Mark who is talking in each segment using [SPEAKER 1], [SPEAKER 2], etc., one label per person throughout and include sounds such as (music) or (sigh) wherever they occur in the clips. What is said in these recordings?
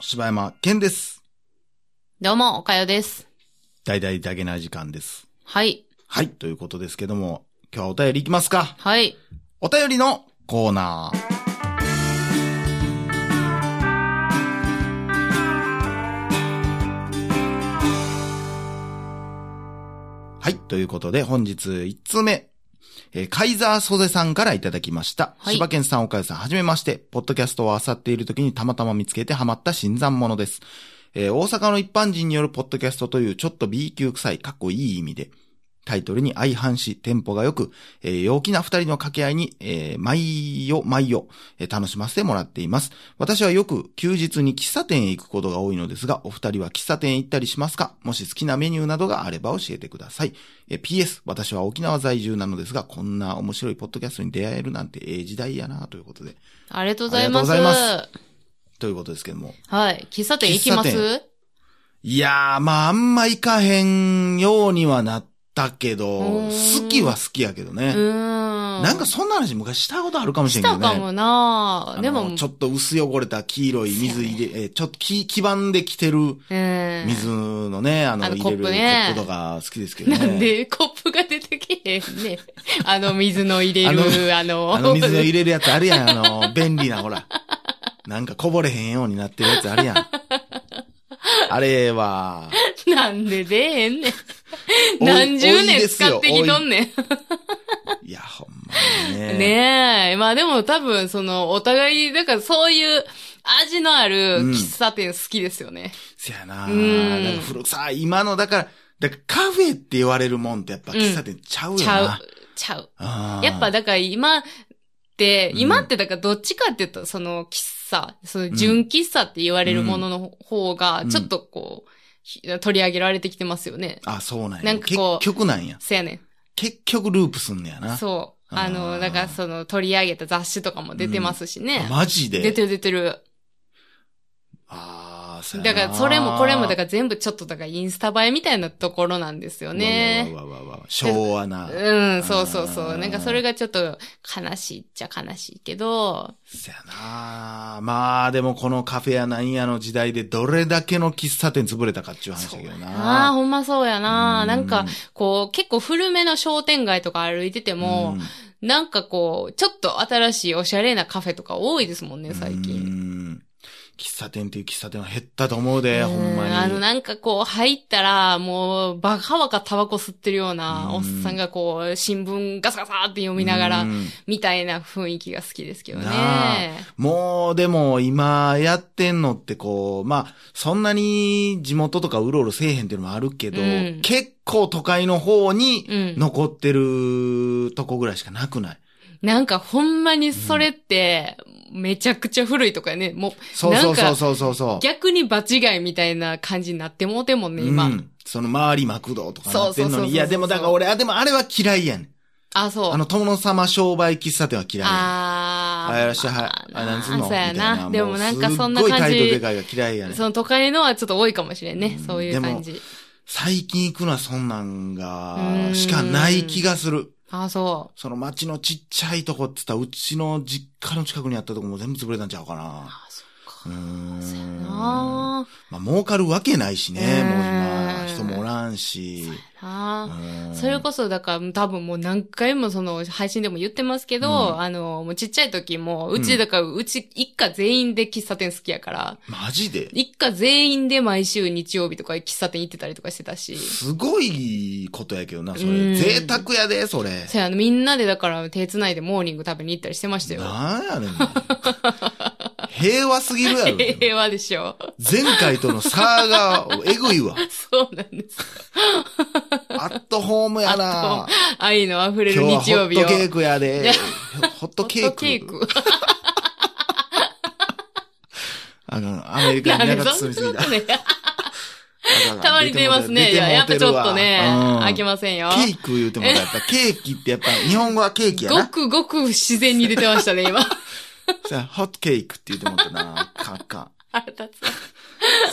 [SPEAKER 1] 柴山健です。
[SPEAKER 2] どうも、おかよです。
[SPEAKER 1] 大々だけな時間です。
[SPEAKER 2] はい。
[SPEAKER 1] はい、ということですけども、今日はお便りいきますか。
[SPEAKER 2] はい。
[SPEAKER 1] お便りのコーナー。はい、ということで本日1通目。えーカイザーソゼさんからいただきました。
[SPEAKER 2] はい
[SPEAKER 1] 柴犬さん、岡かさん、はじめまして。ポッドキャストを漁っている時にたまたま見つけてハマった新参者です。えー大阪の一般人によるポッドキャストというちょっと B 級臭い、かっこいい意味で、タイトルに相反し、テンポが良く、えー陽気な二人の掛け合いに、えー毎夜毎夜、えー楽しませてもらっています。私はよく休日に喫茶店へ行くことが多いのですが、お二人は喫茶店へ行ったりしますかもし好きなメニューなどがあれば教えてください。えー PS、私は沖縄在住なのですが、こんな面白いポッドキャストに出会えるなんて、ええ時代やなということで。
[SPEAKER 2] ありがとうございます。
[SPEAKER 1] ありがとうござということですけども。
[SPEAKER 2] はい。喫茶店行き
[SPEAKER 1] 喫
[SPEAKER 2] ま
[SPEAKER 1] 茶
[SPEAKER 2] す
[SPEAKER 1] いやー、まあ、あんま行かへんようにはなったけど、
[SPEAKER 2] うーん
[SPEAKER 1] 好きは好きやけど
[SPEAKER 2] う
[SPEAKER 1] ね。
[SPEAKER 2] ーん。
[SPEAKER 1] なんかそんな話昔したことあるかもしれ
[SPEAKER 2] し
[SPEAKER 1] んけど
[SPEAKER 2] た
[SPEAKER 1] ね。
[SPEAKER 2] かもな
[SPEAKER 1] あ
[SPEAKER 2] で
[SPEAKER 1] の
[SPEAKER 2] も、
[SPEAKER 1] ちょっと薄汚れた黄色い水入れ、えーちょっとき基盤で着てる
[SPEAKER 2] うん。
[SPEAKER 1] 水のね、あの、
[SPEAKER 2] あの
[SPEAKER 1] 入
[SPEAKER 2] コ
[SPEAKER 1] れ
[SPEAKER 2] ッ
[SPEAKER 1] る
[SPEAKER 2] プね
[SPEAKER 1] コップとか好きですけどね。
[SPEAKER 2] なんで、コップが出てきへん
[SPEAKER 1] (laughs)
[SPEAKER 2] ね。あの水の入れる、あの、
[SPEAKER 1] あの水の入れるやつあるやん、あの、便利なほら。なんかこぼれへんようになってるやつあるやん。あれは、
[SPEAKER 2] (laughs) なんで出へんねん。
[SPEAKER 1] おい
[SPEAKER 2] 何十年使って
[SPEAKER 1] おい
[SPEAKER 2] き
[SPEAKER 1] ですよ
[SPEAKER 2] とんねん。
[SPEAKER 1] いや、ほんまにね。
[SPEAKER 2] ねえ。まあでも多分、その、お互い、だからそういう味のある
[SPEAKER 1] うん
[SPEAKER 2] 喫茶店好きですよね。
[SPEAKER 1] せやな
[SPEAKER 2] うん
[SPEAKER 1] なんか古くさ、今の、だから、だからカフェって言われるもんってやっぱ喫茶店ちゃうよ
[SPEAKER 2] ちゃ
[SPEAKER 1] な
[SPEAKER 2] う。。ちゃう。
[SPEAKER 1] あー
[SPEAKER 2] やっぱ、だから今って、
[SPEAKER 1] うん
[SPEAKER 2] 今ってだからどっちかって言ったらその喫茶、その純喫茶って言われるものの方が
[SPEAKER 1] う、ん
[SPEAKER 2] ちょっとこう、ひ取り上げられてきてますよね。
[SPEAKER 1] あ、そうなんや。
[SPEAKER 2] なんかこう
[SPEAKER 1] 結局なんや。
[SPEAKER 2] そやね
[SPEAKER 1] 結局ループすんねや
[SPEAKER 2] ん。
[SPEAKER 1] な。
[SPEAKER 2] そう。あ
[SPEAKER 1] あー
[SPEAKER 2] の、だからその取り上げた雑誌とかも出てますしね。
[SPEAKER 1] マジで。
[SPEAKER 2] 出てる出てる。
[SPEAKER 1] ああ、そうや
[SPEAKER 2] だ
[SPEAKER 1] な
[SPEAKER 2] からそれもこれも、だから全部ちょっとだからインスタ映えみたいなところなんですよね。
[SPEAKER 1] わわわわわわ昭和な。
[SPEAKER 2] うん、そうそうそ
[SPEAKER 1] あー
[SPEAKER 2] う。なんかそれがちょっと悲しいっちゃ悲しいけど、
[SPEAKER 1] そやなまあ、でもこのカフェやなんやの時代でどれだけの喫茶店潰れたかっていう話
[SPEAKER 2] そう
[SPEAKER 1] だけ
[SPEAKER 2] や
[SPEAKER 1] ど
[SPEAKER 2] なあ、
[SPEAKER 1] な。
[SPEAKER 2] ほんまそうやな
[SPEAKER 1] う
[SPEAKER 2] なんか、、こう、結構古めの商店街とか歩いてても、なんかこう、ちょっと新しいおしゃれなカフェとか多いですもん
[SPEAKER 1] う
[SPEAKER 2] ね、
[SPEAKER 1] ん
[SPEAKER 2] 最近。
[SPEAKER 1] うん喫茶店っていう喫茶店は減ったと思うで、
[SPEAKER 2] うん
[SPEAKER 1] ほんまに。
[SPEAKER 2] あの、なんかこう、入ったら、もう、バカバカタバコ吸ってるような、
[SPEAKER 1] うん
[SPEAKER 2] おっさんがこう、新聞ガサガサって読みなが
[SPEAKER 1] う
[SPEAKER 2] ら、
[SPEAKER 1] ん
[SPEAKER 2] みたいな雰囲気が好きですけど
[SPEAKER 1] な
[SPEAKER 2] ね。
[SPEAKER 1] もう、でも、今やってんのってこう、まあ、そんなに地元とかうろうろせえへんっていうのもあるけど、
[SPEAKER 2] うん
[SPEAKER 1] 結構都会の方に
[SPEAKER 2] うん
[SPEAKER 1] 残ってるとこぐらいしかなくない。
[SPEAKER 2] なんかほんまにそれって、めちゃくちゃ古いとかね、もう、
[SPEAKER 1] そうそうそ
[SPEAKER 2] な
[SPEAKER 1] うん
[SPEAKER 2] か
[SPEAKER 1] そうそうそう。
[SPEAKER 2] 逆に場違いみたいな感じになってもうてんもんね、今。
[SPEAKER 1] うん、その周りマクドとかなってん
[SPEAKER 2] そうそうそう
[SPEAKER 1] の
[SPEAKER 2] そう
[SPEAKER 1] に。
[SPEAKER 2] そう
[SPEAKER 1] いや、でもだから俺、あ、でもあれは嫌いやねん。
[SPEAKER 2] あ、そう。
[SPEAKER 1] あの、殿様商売喫茶店は嫌いやねん。
[SPEAKER 2] あー
[SPEAKER 1] あ、いらっしゃい、はい。あ、なんつうの
[SPEAKER 2] そうや
[SPEAKER 1] みたい
[SPEAKER 2] な。でもなんか
[SPEAKER 1] う
[SPEAKER 2] そんな
[SPEAKER 1] すっご
[SPEAKER 2] 感
[SPEAKER 1] い態度で
[SPEAKER 2] じ。
[SPEAKER 1] かいが嫌いやねん
[SPEAKER 2] そ。の都会のはちょっと多いかもしれんね。
[SPEAKER 1] うん
[SPEAKER 2] そういう感じ。
[SPEAKER 1] 最近行くのはそんなんが、しかない気がする。
[SPEAKER 2] あ、そ
[SPEAKER 1] その町のちっちゃいとこって言ったら、うちの実家の近くにあったとこも全部潰れたんちゃうか
[SPEAKER 2] う。
[SPEAKER 1] な。
[SPEAKER 2] あ、そっ
[SPEAKER 1] う
[SPEAKER 2] か。
[SPEAKER 1] ー。
[SPEAKER 2] そうんや
[SPEAKER 1] ま
[SPEAKER 2] な
[SPEAKER 1] あ、儲かるわけないしね、
[SPEAKER 2] うん
[SPEAKER 1] もう今、人もおらんし。
[SPEAKER 2] なあ
[SPEAKER 1] うん
[SPEAKER 2] それこそ、だから、多分もう何回もその、配信でも言ってますけど、
[SPEAKER 1] うん
[SPEAKER 2] あの、もうちっちゃい時も、う
[SPEAKER 1] う
[SPEAKER 2] ち、
[SPEAKER 1] ん
[SPEAKER 2] だから、うち一家全員で喫茶店好きやから、
[SPEAKER 1] マジで
[SPEAKER 2] 一家全員で毎週日曜日とか喫茶店行ってたりとかしてたし。
[SPEAKER 1] すごいことやけどな、そ
[SPEAKER 2] うん
[SPEAKER 1] れ。贅沢やで、それ。
[SPEAKER 2] そうや、みんなでだから手繋いでモーニング食べに行ったりしてましたよ。
[SPEAKER 1] なんやねん。 (laughs) 平和すぎるやろ。でも
[SPEAKER 2] (laughs) 平和でしょ。
[SPEAKER 1] 前回との差が、えぐ
[SPEAKER 2] (laughs)
[SPEAKER 1] いわ。
[SPEAKER 2] そうなんです。
[SPEAKER 1] アットホームやな。
[SPEAKER 2] 愛の溢れ
[SPEAKER 1] 今日
[SPEAKER 2] る
[SPEAKER 1] は
[SPEAKER 2] 日
[SPEAKER 1] ホ
[SPEAKER 2] 曜
[SPEAKER 1] ッ
[SPEAKER 2] 日を。
[SPEAKER 1] トケーキやで。ホットケーキ。
[SPEAKER 2] ホットケー
[SPEAKER 1] あの、アメリ
[SPEAKER 2] キ。
[SPEAKER 1] カに
[SPEAKER 2] ダメ
[SPEAKER 1] 長く
[SPEAKER 2] そ
[SPEAKER 1] 住み
[SPEAKER 2] んな
[SPEAKER 1] すぎ
[SPEAKER 2] こ
[SPEAKER 1] た
[SPEAKER 2] と。ね。たまに出ますね。いややっぱちょっとね、飽き
[SPEAKER 1] ま
[SPEAKER 2] ませんよ。
[SPEAKER 1] ケーキ言うてもらった。ケーキってやっぱ日本語はケーキや
[SPEAKER 2] ご
[SPEAKER 1] な。
[SPEAKER 2] くごく自然に出てましたね、今。 (laughs)
[SPEAKER 1] さあ、ホットケーキって言うてもらったな。かんかん。
[SPEAKER 2] 腹立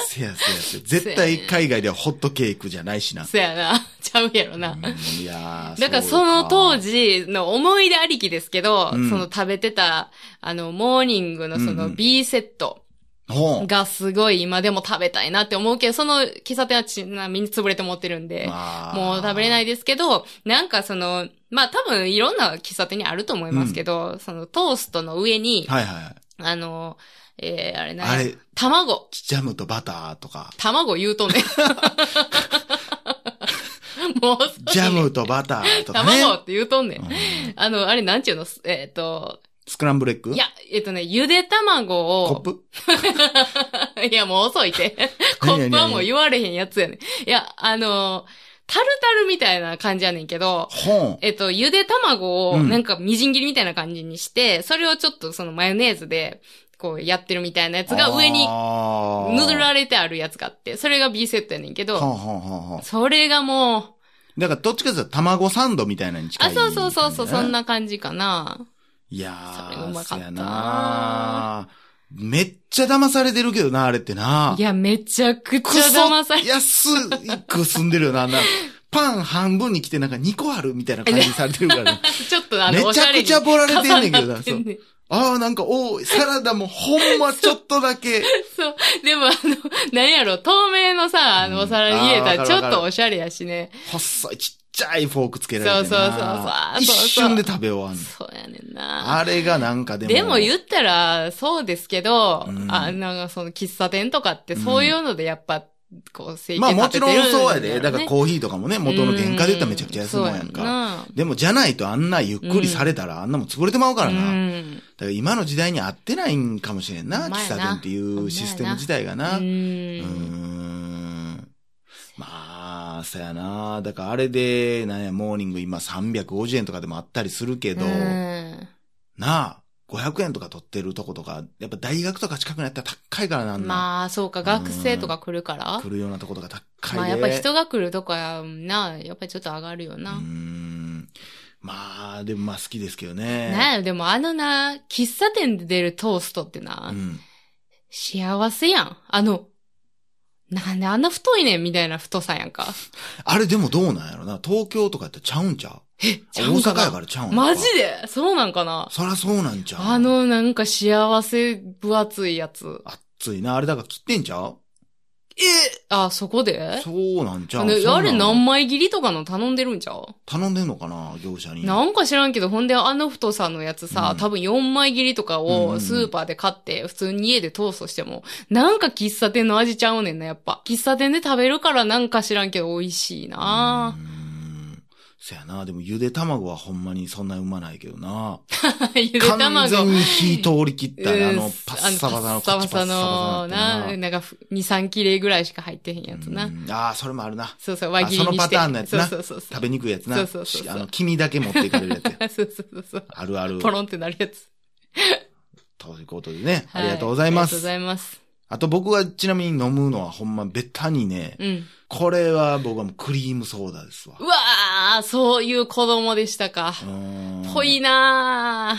[SPEAKER 1] せやせやせや。絶対海外ではホットケーキじゃないしな
[SPEAKER 2] つ。。そやな。ちゃうやろな。
[SPEAKER 1] うんいやー
[SPEAKER 2] だからその当。
[SPEAKER 1] う
[SPEAKER 2] 時の思い出ありきですけど、
[SPEAKER 1] うん
[SPEAKER 2] その食べてた、あの、モーニングのそ
[SPEAKER 1] うんう
[SPEAKER 2] の
[SPEAKER 1] ん
[SPEAKER 2] B セット。
[SPEAKER 1] ほう。。
[SPEAKER 2] がすごい今でも食べたいなって思うけど、その喫茶店はちなみに潰れて持ってるんで、もう食べれないいですけど、なんかその、まあ多分いろんな喫茶店にあると思いますけど、そのトーストの上に、
[SPEAKER 1] はいはいはい。
[SPEAKER 2] あの、えー、あれな、
[SPEAKER 1] あれ、
[SPEAKER 2] 卵。
[SPEAKER 1] ジャムとバターとか、
[SPEAKER 2] 卵言う
[SPEAKER 1] (laughs)
[SPEAKER 2] とんねん。もう、
[SPEAKER 1] ジャムとバターとかね。
[SPEAKER 2] 卵って言うとんねん。
[SPEAKER 1] うん
[SPEAKER 2] あの、あれなんちゅうのすえっ、と、
[SPEAKER 1] スクランブルエッグ
[SPEAKER 2] いや、えっ、とね、ゆで卵を、
[SPEAKER 1] コップ
[SPEAKER 2] (laughs) いや、もう遅いて。コ
[SPEAKER 1] 何々
[SPEAKER 2] ップはもう言われへんやつやねん。いや、あのー、タルタルみたいな感じやねんけど、
[SPEAKER 1] ほ
[SPEAKER 2] えっと、ゆで卵
[SPEAKER 1] う
[SPEAKER 2] を
[SPEAKER 1] ん
[SPEAKER 2] なんかみじん切りみたいな感じにして、それをちょっとそのマヨネーズで、こうやってるみたいなやつ
[SPEAKER 1] う。
[SPEAKER 2] が上に塗
[SPEAKER 1] れ
[SPEAKER 2] られてあるやつがあって、それが B セットやねんけ
[SPEAKER 1] ほう
[SPEAKER 2] ど、
[SPEAKER 1] ほうほうほ
[SPEAKER 2] それがも
[SPEAKER 1] う。だからどっちかというと卵サンドみたいなのに
[SPEAKER 2] う、
[SPEAKER 1] 近い、
[SPEAKER 2] あ、そうそうそうそう、そん。な感じかな。
[SPEAKER 1] いや
[SPEAKER 2] それ
[SPEAKER 1] ー、
[SPEAKER 2] がうまかった。
[SPEAKER 1] そやなーめっちゃ騙されてるけどな、あれってない
[SPEAKER 2] や、めちゃくちゃ
[SPEAKER 1] くそ
[SPEAKER 2] 騙され
[SPEAKER 1] 安く済んでるよな、あんな。パン半分に来てなんか2個あるみたいな感じにされてるからね。
[SPEAKER 2] ちょっ (laughs) とあ
[SPEAKER 1] め
[SPEAKER 2] の、お
[SPEAKER 1] ち
[SPEAKER 2] し
[SPEAKER 1] ゃ
[SPEAKER 2] ゃれ
[SPEAKER 1] く
[SPEAKER 2] に
[SPEAKER 1] ちゃボられてんねんけど
[SPEAKER 2] 重な
[SPEAKER 1] な。
[SPEAKER 2] って
[SPEAKER 1] そ
[SPEAKER 2] ん
[SPEAKER 1] う
[SPEAKER 2] ねん
[SPEAKER 1] ああ、なんか、おーサラダもほんまちょっとだけ。
[SPEAKER 2] そう。でも、あの、何やろ、透明のさ、あ
[SPEAKER 1] うん
[SPEAKER 2] の、お皿に入れ
[SPEAKER 1] あー
[SPEAKER 2] た
[SPEAKER 1] わ
[SPEAKER 2] ら、
[SPEAKER 1] か
[SPEAKER 2] ち
[SPEAKER 1] るわ
[SPEAKER 2] ょ
[SPEAKER 1] かる
[SPEAKER 2] っとおしゃれやしね。
[SPEAKER 1] 細いちっちゃいフォークつけられて
[SPEAKER 2] そうそうそう
[SPEAKER 1] な
[SPEAKER 2] そう
[SPEAKER 1] 一瞬で食べ終わんねん
[SPEAKER 2] そうやねんな。
[SPEAKER 1] あれがなんかでも。
[SPEAKER 2] でも言ったら、そうですけど、
[SPEAKER 1] うん
[SPEAKER 2] あ、なんかその喫茶店とかって、そういうのでやっぱ、こう、成
[SPEAKER 1] まあ
[SPEAKER 2] 形
[SPEAKER 1] もち
[SPEAKER 2] 立ててる
[SPEAKER 1] ろんそうやで。
[SPEAKER 2] ね
[SPEAKER 1] だからコーヒーとかもね、元の原価で言ったらめちゃくちゃ安いもんやん
[SPEAKER 2] う
[SPEAKER 1] か。でもじゃないとあんなゆっくりされたらあんなもん潰れてまうか
[SPEAKER 2] そ
[SPEAKER 1] ら
[SPEAKER 2] うやんな。う
[SPEAKER 1] な。だ
[SPEAKER 2] ん。
[SPEAKER 1] から今の時代に合ってないんかもしれんな。
[SPEAKER 2] ほんま
[SPEAKER 1] 喫
[SPEAKER 2] や
[SPEAKER 1] 茶
[SPEAKER 2] な
[SPEAKER 1] 店っていうシステム自体がな。
[SPEAKER 2] う
[SPEAKER 1] うんーん。まあ、そやな。だからあれで、なんや、モーニング今350円とかでもあったりするけど、
[SPEAKER 2] うん
[SPEAKER 1] なあ、500円とか取ってるとことか、やっぱ大学とか近くにあったら高いからな、あんな。
[SPEAKER 2] まあ、そうか、学生とか来るから
[SPEAKER 1] 来。るようなとことか高いで。
[SPEAKER 2] まあ、やっぱ人が来るとかやんな、やっぱりちょっと上がるよな。
[SPEAKER 1] うーん。まあ、でもまあ好きですけどね。
[SPEAKER 2] なんやろでもあのな、喫茶店で出るトーストってな、
[SPEAKER 1] うん。
[SPEAKER 2] 幸せやん。あの、なんであんな太いねんみたいな太さやんか。
[SPEAKER 1] あれでもどうなんやろな。東京とかやってちゃうんちゃ
[SPEAKER 2] え、
[SPEAKER 1] う
[SPEAKER 2] ちゃうん
[SPEAKER 1] 大
[SPEAKER 2] か
[SPEAKER 1] 阪や
[SPEAKER 2] な
[SPEAKER 1] からちゃうん
[SPEAKER 2] マジでそうなんかな
[SPEAKER 1] そらそうなんちゃう
[SPEAKER 2] あ、の、なんか幸せ分厚いやつ。
[SPEAKER 1] 熱いな。あれだから切ってんちゃう
[SPEAKER 2] あ、そこで
[SPEAKER 1] そうなんちゃ
[SPEAKER 2] あ
[SPEAKER 1] う
[SPEAKER 2] の
[SPEAKER 1] そんなん
[SPEAKER 2] あれ何枚切りとかの頼んでるんちゃう
[SPEAKER 1] 頼んでんのかな業者に。
[SPEAKER 2] なんか知らんけど、ほんであの太さのやつさ、
[SPEAKER 1] うん
[SPEAKER 2] 多分4枚切りとか
[SPEAKER 1] うん
[SPEAKER 2] をスーパーで買って、普通に家でトーストしても、なんか喫茶店の味ちゃうねんな、やっぱ。喫茶店で食べるからなんか知らんけど美味しいな
[SPEAKER 1] うーん。そやな。でもゆで卵はほんまにそんなうまないけどな。
[SPEAKER 2] (laughs) ゆで
[SPEAKER 1] 完全
[SPEAKER 2] 卵。
[SPEAKER 1] に火通り切ったね。あの
[SPEAKER 2] うん、
[SPEAKER 1] パッサパサの、
[SPEAKER 2] パッサパサ
[SPEAKER 1] こ
[SPEAKER 2] の、
[SPEAKER 1] っちパッサパサなって
[SPEAKER 2] な、なんかふ2、3切れぐらいしか入ってへんやつな。
[SPEAKER 1] うんああ、それもあるな。
[SPEAKER 2] そうそう、輪切りにして。
[SPEAKER 1] あそのパターンのやつな
[SPEAKER 2] そうそうそう。
[SPEAKER 1] 食べにくいやつな。
[SPEAKER 2] そうそうそうそう
[SPEAKER 1] あの、黄身だけ持っていかれるやつ
[SPEAKER 2] (laughs)
[SPEAKER 1] や。
[SPEAKER 2] べそうそうそうそう。
[SPEAKER 1] あるある。
[SPEAKER 2] ポロンってなるやつ。
[SPEAKER 1] ということでね、あ
[SPEAKER 2] は
[SPEAKER 1] りがとうございま
[SPEAKER 2] ありがと
[SPEAKER 1] す。
[SPEAKER 2] うございます。
[SPEAKER 1] あと僕がちなみに飲むのはほんまベタにね、
[SPEAKER 2] うん。
[SPEAKER 1] これは僕はもうクリームソーダですわ
[SPEAKER 2] う。わー、そういう子供でしたか。
[SPEAKER 1] うーん
[SPEAKER 2] ぽいな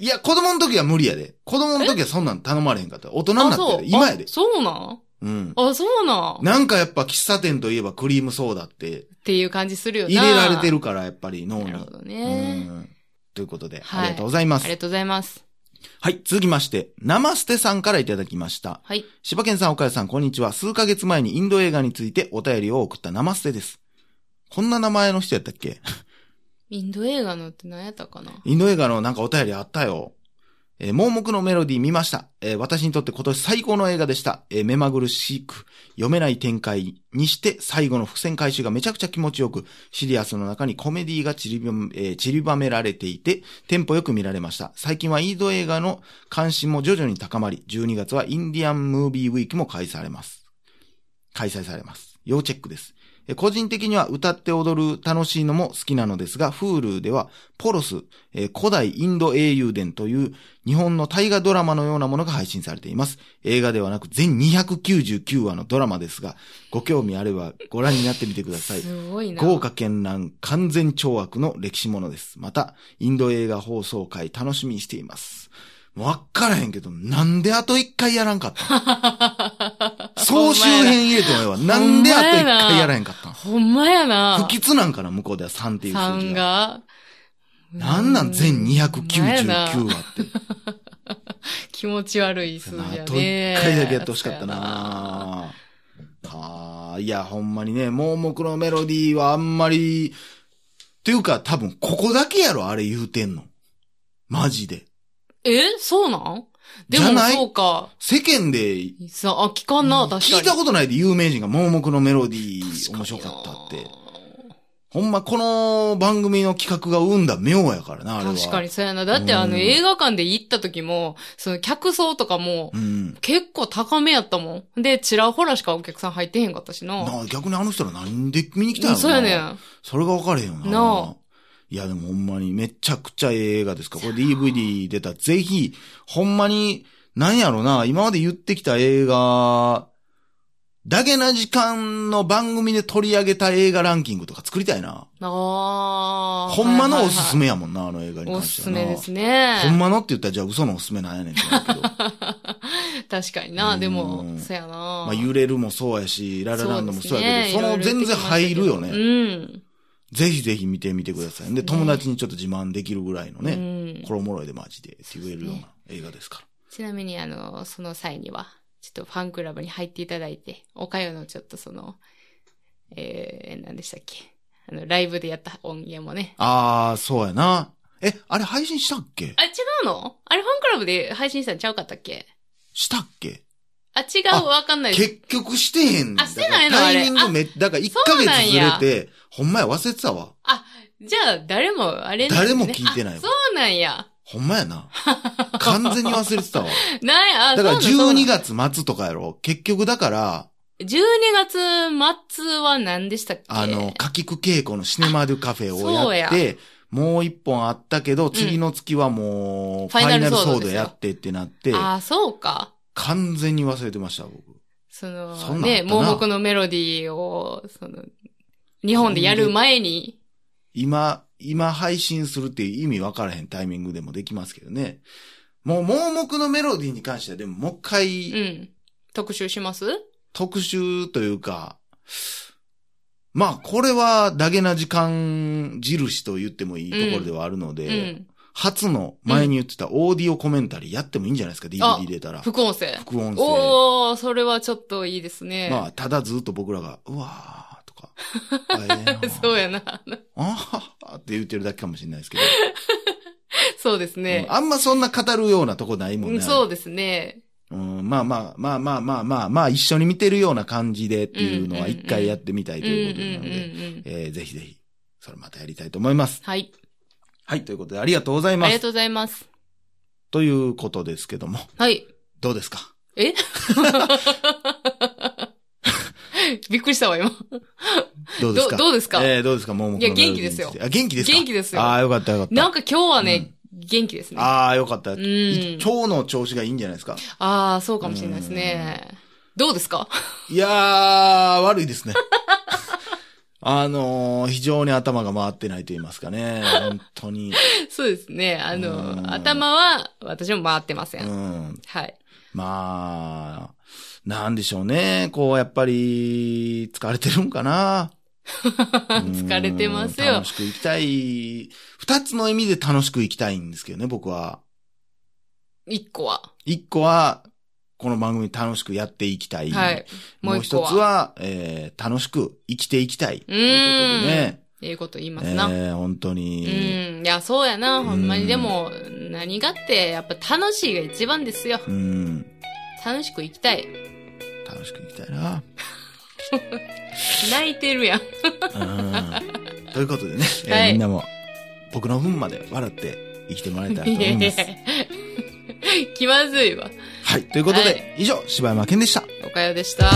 [SPEAKER 1] や、子供の時は無理やで。子供の時はそんなん頼まれへんかった。大人にな
[SPEAKER 2] ー。
[SPEAKER 1] って
[SPEAKER 2] そう。
[SPEAKER 1] る。今やで
[SPEAKER 2] あ。そうなん
[SPEAKER 1] うん。
[SPEAKER 2] あ、そうなん
[SPEAKER 1] なんかやっぱ喫茶店といえばクリームソーダって
[SPEAKER 2] っていう感じするよな。
[SPEAKER 1] 入れられてるからやっぱり脳
[SPEAKER 2] なる
[SPEAKER 1] に
[SPEAKER 2] ほ。ど
[SPEAKER 1] う
[SPEAKER 2] ね。
[SPEAKER 1] んということで、
[SPEAKER 2] はい
[SPEAKER 1] ありがとうございま
[SPEAKER 2] あ
[SPEAKER 1] す。
[SPEAKER 2] りがとうございます。
[SPEAKER 1] はい、続きまして、生捨てさんからいただきました。
[SPEAKER 2] はい。
[SPEAKER 1] 柴犬さん、岡谷さん、こんにちは。数ヶ月前にインド映画についてお便りを送った生捨てです。こんな名前の人やったっけ
[SPEAKER 2] インド映画のって何やったかな
[SPEAKER 1] インド映画のなんかお便りあったよ。えー盲目のメロディー見ました。えー私にとって今年最高の映画でした。えー目まぐるしく、読めない展開にして最後の伏線回収がめちゃくちゃ気持ちよく、シリアスの中にコメディが散りばめ,、えー散りばめられていて、テンポよく見られました。最近はインド映画の関心も徐々に高まり、12月はインディアンムービーウィークも開催されます。開催されます。要チェックです。えー個人的には歌って踊る楽しいのも好きなのですが、Hulu ではポロス、えー古代インド英雄伝という日本の大河ドラマのようなものが配信されています。映画ではなく全299話のドラマですが、ご興味あればご覧になってみてください。
[SPEAKER 2] すごいな。
[SPEAKER 1] 豪華絢爛完全懲悪の歴史ものです。また、インド映画放送会楽しみにしています。もうわっからへんけど、なんであと一回やらんかったの総集編入れてもええわ。なんであと一回やらへんかったの
[SPEAKER 2] ほんまやな。
[SPEAKER 1] 不吉なんかな、向こうでは3っていう
[SPEAKER 2] さ
[SPEAKER 1] 数字
[SPEAKER 2] ん
[SPEAKER 1] が。
[SPEAKER 2] が。
[SPEAKER 1] なんなん全
[SPEAKER 2] ほんまや
[SPEAKER 1] 299
[SPEAKER 2] な
[SPEAKER 1] 話って。
[SPEAKER 2] 気持ち悪い数字
[SPEAKER 1] あ
[SPEAKER 2] や
[SPEAKER 1] と一
[SPEAKER 2] ね。
[SPEAKER 1] 回だけやってほしかったなはあ、いや、ほんまにね、盲目のメロディーはあんまり、っていうか多分ここだけやろ、あれ言うてんの。マジで。
[SPEAKER 2] えそうなんで
[SPEAKER 1] じゃ
[SPEAKER 2] も
[SPEAKER 1] ない
[SPEAKER 2] そうか。
[SPEAKER 1] 世間で、
[SPEAKER 2] さあ、聞かんな、確かに。
[SPEAKER 1] 聞いたことないで有名人が盲目のメロディー
[SPEAKER 2] 確
[SPEAKER 1] 面
[SPEAKER 2] に
[SPEAKER 1] 白かったって。。ほんまこの番組の企画が生んだ妙やからな、あれは。
[SPEAKER 2] 確かにそうやな。だってあ
[SPEAKER 1] う
[SPEAKER 2] の
[SPEAKER 1] ん
[SPEAKER 2] 映画館で行った時も、その客層とかも
[SPEAKER 1] うん。
[SPEAKER 2] 結構高めやったもん。で、ちらほらしかお客さん入ってへんかったしな。
[SPEAKER 1] なあ逆にあの人らなんで見に来たんやろな
[SPEAKER 2] そうやねん。
[SPEAKER 1] それが分かれへんよな。
[SPEAKER 2] ない
[SPEAKER 1] や、でもほんまにめちゃくちゃええ映画ですから、これ DVD 出たらぜひ、ほんまに、なんやろな、今まで言ってきた映画、だけな時間の番組で取り上げた映画ランキングとか作りたいな。
[SPEAKER 2] ああ。
[SPEAKER 1] ほんまのおすす
[SPEAKER 2] め。
[SPEAKER 1] めやもんな、あの映画に
[SPEAKER 2] お
[SPEAKER 1] 関
[SPEAKER 2] す
[SPEAKER 1] して
[SPEAKER 2] す
[SPEAKER 1] はな。
[SPEAKER 2] めですね。
[SPEAKER 1] ほんまのって言ったらじゃあ嘘のおすすめなんやねんってなるけど。
[SPEAKER 2] (laughs) 確かにな。で
[SPEAKER 1] う
[SPEAKER 2] も
[SPEAKER 1] ん、
[SPEAKER 2] そうやな。
[SPEAKER 1] まあ揺れるもそうやし、ララランドもそうやけど、そ,、
[SPEAKER 2] う
[SPEAKER 1] の
[SPEAKER 2] ですね
[SPEAKER 1] 全然入るよ
[SPEAKER 2] いろいろ言ってきまし
[SPEAKER 1] ね。
[SPEAKER 2] たけどうん。
[SPEAKER 1] ぜひぜひ見てみてください。で、友達にちょっと自慢できるぐらいのね。
[SPEAKER 2] うん
[SPEAKER 1] これおもろいでマジでって言えるような映画ですか
[SPEAKER 2] ちなみに、あの、その際には、ちょっとファンクラブに入っていただいて、おかよのちょっとその、えー、何でしたっけ。あの、ライブでやった音源もね。
[SPEAKER 1] ら。ああ、そうやな。え、あれ配信したっけ
[SPEAKER 2] あ、違うのあれファンクラブで配信したんちゃうかったっけ
[SPEAKER 1] したっけ
[SPEAKER 2] あ、違
[SPEAKER 1] あ
[SPEAKER 2] う、わかんないです。
[SPEAKER 1] 結局してへんねん。
[SPEAKER 2] あしてないの
[SPEAKER 1] だからタイミン
[SPEAKER 2] あ
[SPEAKER 1] グ
[SPEAKER 2] れ
[SPEAKER 1] め、だから1
[SPEAKER 2] そ
[SPEAKER 1] ヶ
[SPEAKER 2] う
[SPEAKER 1] 月
[SPEAKER 2] なん
[SPEAKER 1] ず
[SPEAKER 2] や
[SPEAKER 1] れて、ほんまや忘れてたわ。
[SPEAKER 2] じゃあ、誰も、あれなん
[SPEAKER 1] 誰
[SPEAKER 2] ですね
[SPEAKER 1] も聞いてない
[SPEAKER 2] あ
[SPEAKER 1] わ
[SPEAKER 2] そ。うなんや。
[SPEAKER 1] ほんまや
[SPEAKER 2] (laughs)
[SPEAKER 1] な。完全に忘れてたわ。
[SPEAKER 2] なんや、あ
[SPEAKER 1] だから
[SPEAKER 2] そうなん
[SPEAKER 1] 12
[SPEAKER 2] そうなん
[SPEAKER 1] 月末とかやろ。結局だから、
[SPEAKER 2] 12月末は何でしたっけ
[SPEAKER 1] あの、かきく稽古のシネマルカフェ
[SPEAKER 2] あそ
[SPEAKER 1] を
[SPEAKER 2] う
[SPEAKER 1] や
[SPEAKER 2] や
[SPEAKER 1] って、もう一本あったけど、次の月はもう、ファイナルソードやってってなって、
[SPEAKER 2] あー、そうか。
[SPEAKER 1] 完全に忘れてました、僕。
[SPEAKER 2] その、
[SPEAKER 1] そんなんあった
[SPEAKER 2] ね、
[SPEAKER 1] な
[SPEAKER 2] 盲目のメロディーを、その、日本でやる前に、
[SPEAKER 1] 今、今配信するっていう意味分からへんタイミングでもできますけどね。もう盲目のメロディーに関してはでももう一
[SPEAKER 2] う
[SPEAKER 1] 回
[SPEAKER 2] ん。特集します
[SPEAKER 1] 特集というか、まあこれはダゲな時間印と言ってもいいところではあるの
[SPEAKER 2] う
[SPEAKER 1] で、
[SPEAKER 2] ん。
[SPEAKER 1] 初の前に言ってたオーディオコメンタリーやってもいいんじゃないですか、DVD 出たら。
[SPEAKER 2] 副音声。
[SPEAKER 1] 副音声。
[SPEAKER 2] おー、それはちょっといいですね。
[SPEAKER 1] まあただずっと僕らが、うわーとか、あええな
[SPEAKER 2] (laughs) (laughs) そうやな。
[SPEAKER 1] あーって言ってるだけかもしれないですけど。
[SPEAKER 2] そうですね
[SPEAKER 1] うん。あんまそんな語るようなとこないもん
[SPEAKER 2] う
[SPEAKER 1] ね。
[SPEAKER 2] んそうですね。
[SPEAKER 1] うん、まあまあ、まあまあまあまあ、まあ一緒に見てるような感じでっていうのは
[SPEAKER 2] うんうんうん
[SPEAKER 1] 一回やってみたい
[SPEAKER 2] うん
[SPEAKER 1] と
[SPEAKER 2] うん
[SPEAKER 1] いうことなの
[SPEAKER 2] うん
[SPEAKER 1] で、
[SPEAKER 2] うん。
[SPEAKER 1] えーぜひぜひ、それまたやりたいと思います。
[SPEAKER 2] はい。
[SPEAKER 1] はい、ということでありがとうござい
[SPEAKER 2] あ
[SPEAKER 1] ま
[SPEAKER 2] りが
[SPEAKER 1] す。
[SPEAKER 2] とうございます。
[SPEAKER 1] ということですけども、
[SPEAKER 2] はい。
[SPEAKER 1] どうですか
[SPEAKER 2] え (laughs) びっくりしたわ、今。
[SPEAKER 1] どうですか
[SPEAKER 2] どどうですか
[SPEAKER 1] えーどうですかもうもう
[SPEAKER 2] いや元気ですよ
[SPEAKER 1] あ、元気ですか
[SPEAKER 2] 元気ですよ
[SPEAKER 1] ああ、よかったよかった。
[SPEAKER 2] なんか今日はね、元気ですね。あ
[SPEAKER 1] ああ、よかった。
[SPEAKER 2] ん
[SPEAKER 1] い腸の調子がいいんじゃないですか
[SPEAKER 2] あー、そうかもしれないですね。どうですか (laughs)
[SPEAKER 1] いやー、悪いですね。あのー、非常に頭が回ってないと言いますかね。本当に。
[SPEAKER 2] そうですね。あ
[SPEAKER 1] うん
[SPEAKER 2] の、頭は私も回ってません。
[SPEAKER 1] うん。
[SPEAKER 2] はい。
[SPEAKER 1] まあ、なんでしょうね。こう、やっぱり、疲れてるんかな。
[SPEAKER 2] (laughs) 疲れてます
[SPEAKER 1] うん
[SPEAKER 2] よ
[SPEAKER 1] 楽。しく生きたい。二つの意味で楽しく生きたいんですけどね、僕は。
[SPEAKER 2] 一個は。
[SPEAKER 1] 一個は、この番組楽しくやっていきたい。
[SPEAKER 2] はい。
[SPEAKER 1] も
[SPEAKER 2] も
[SPEAKER 1] う
[SPEAKER 2] う
[SPEAKER 1] 一
[SPEAKER 2] 一
[SPEAKER 1] つ
[SPEAKER 2] 個は
[SPEAKER 1] は、えー、楽しく生きていきたい。ということでね。
[SPEAKER 2] ええこと言いますな。
[SPEAKER 1] えー、本当に。
[SPEAKER 2] うん。いや、そうやな。ほんま
[SPEAKER 1] うん
[SPEAKER 2] に。でも、何がって、やっぱ楽しいが一番ですよ。
[SPEAKER 1] うん。
[SPEAKER 2] 楽しく生きたい。
[SPEAKER 1] 楽しく生きたいな。
[SPEAKER 2] 泣いてるやん。
[SPEAKER 1] うん。ということでね、えー
[SPEAKER 2] はい
[SPEAKER 1] みんなも、僕の分まで笑って生きてもらえたらと思います。
[SPEAKER 2] (laughs) 気まずいわ。
[SPEAKER 1] はい。ということで、
[SPEAKER 2] は
[SPEAKER 1] 以上、柴山健でした。
[SPEAKER 2] おかよでした。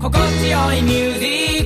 [SPEAKER 3] 心地よいミュージック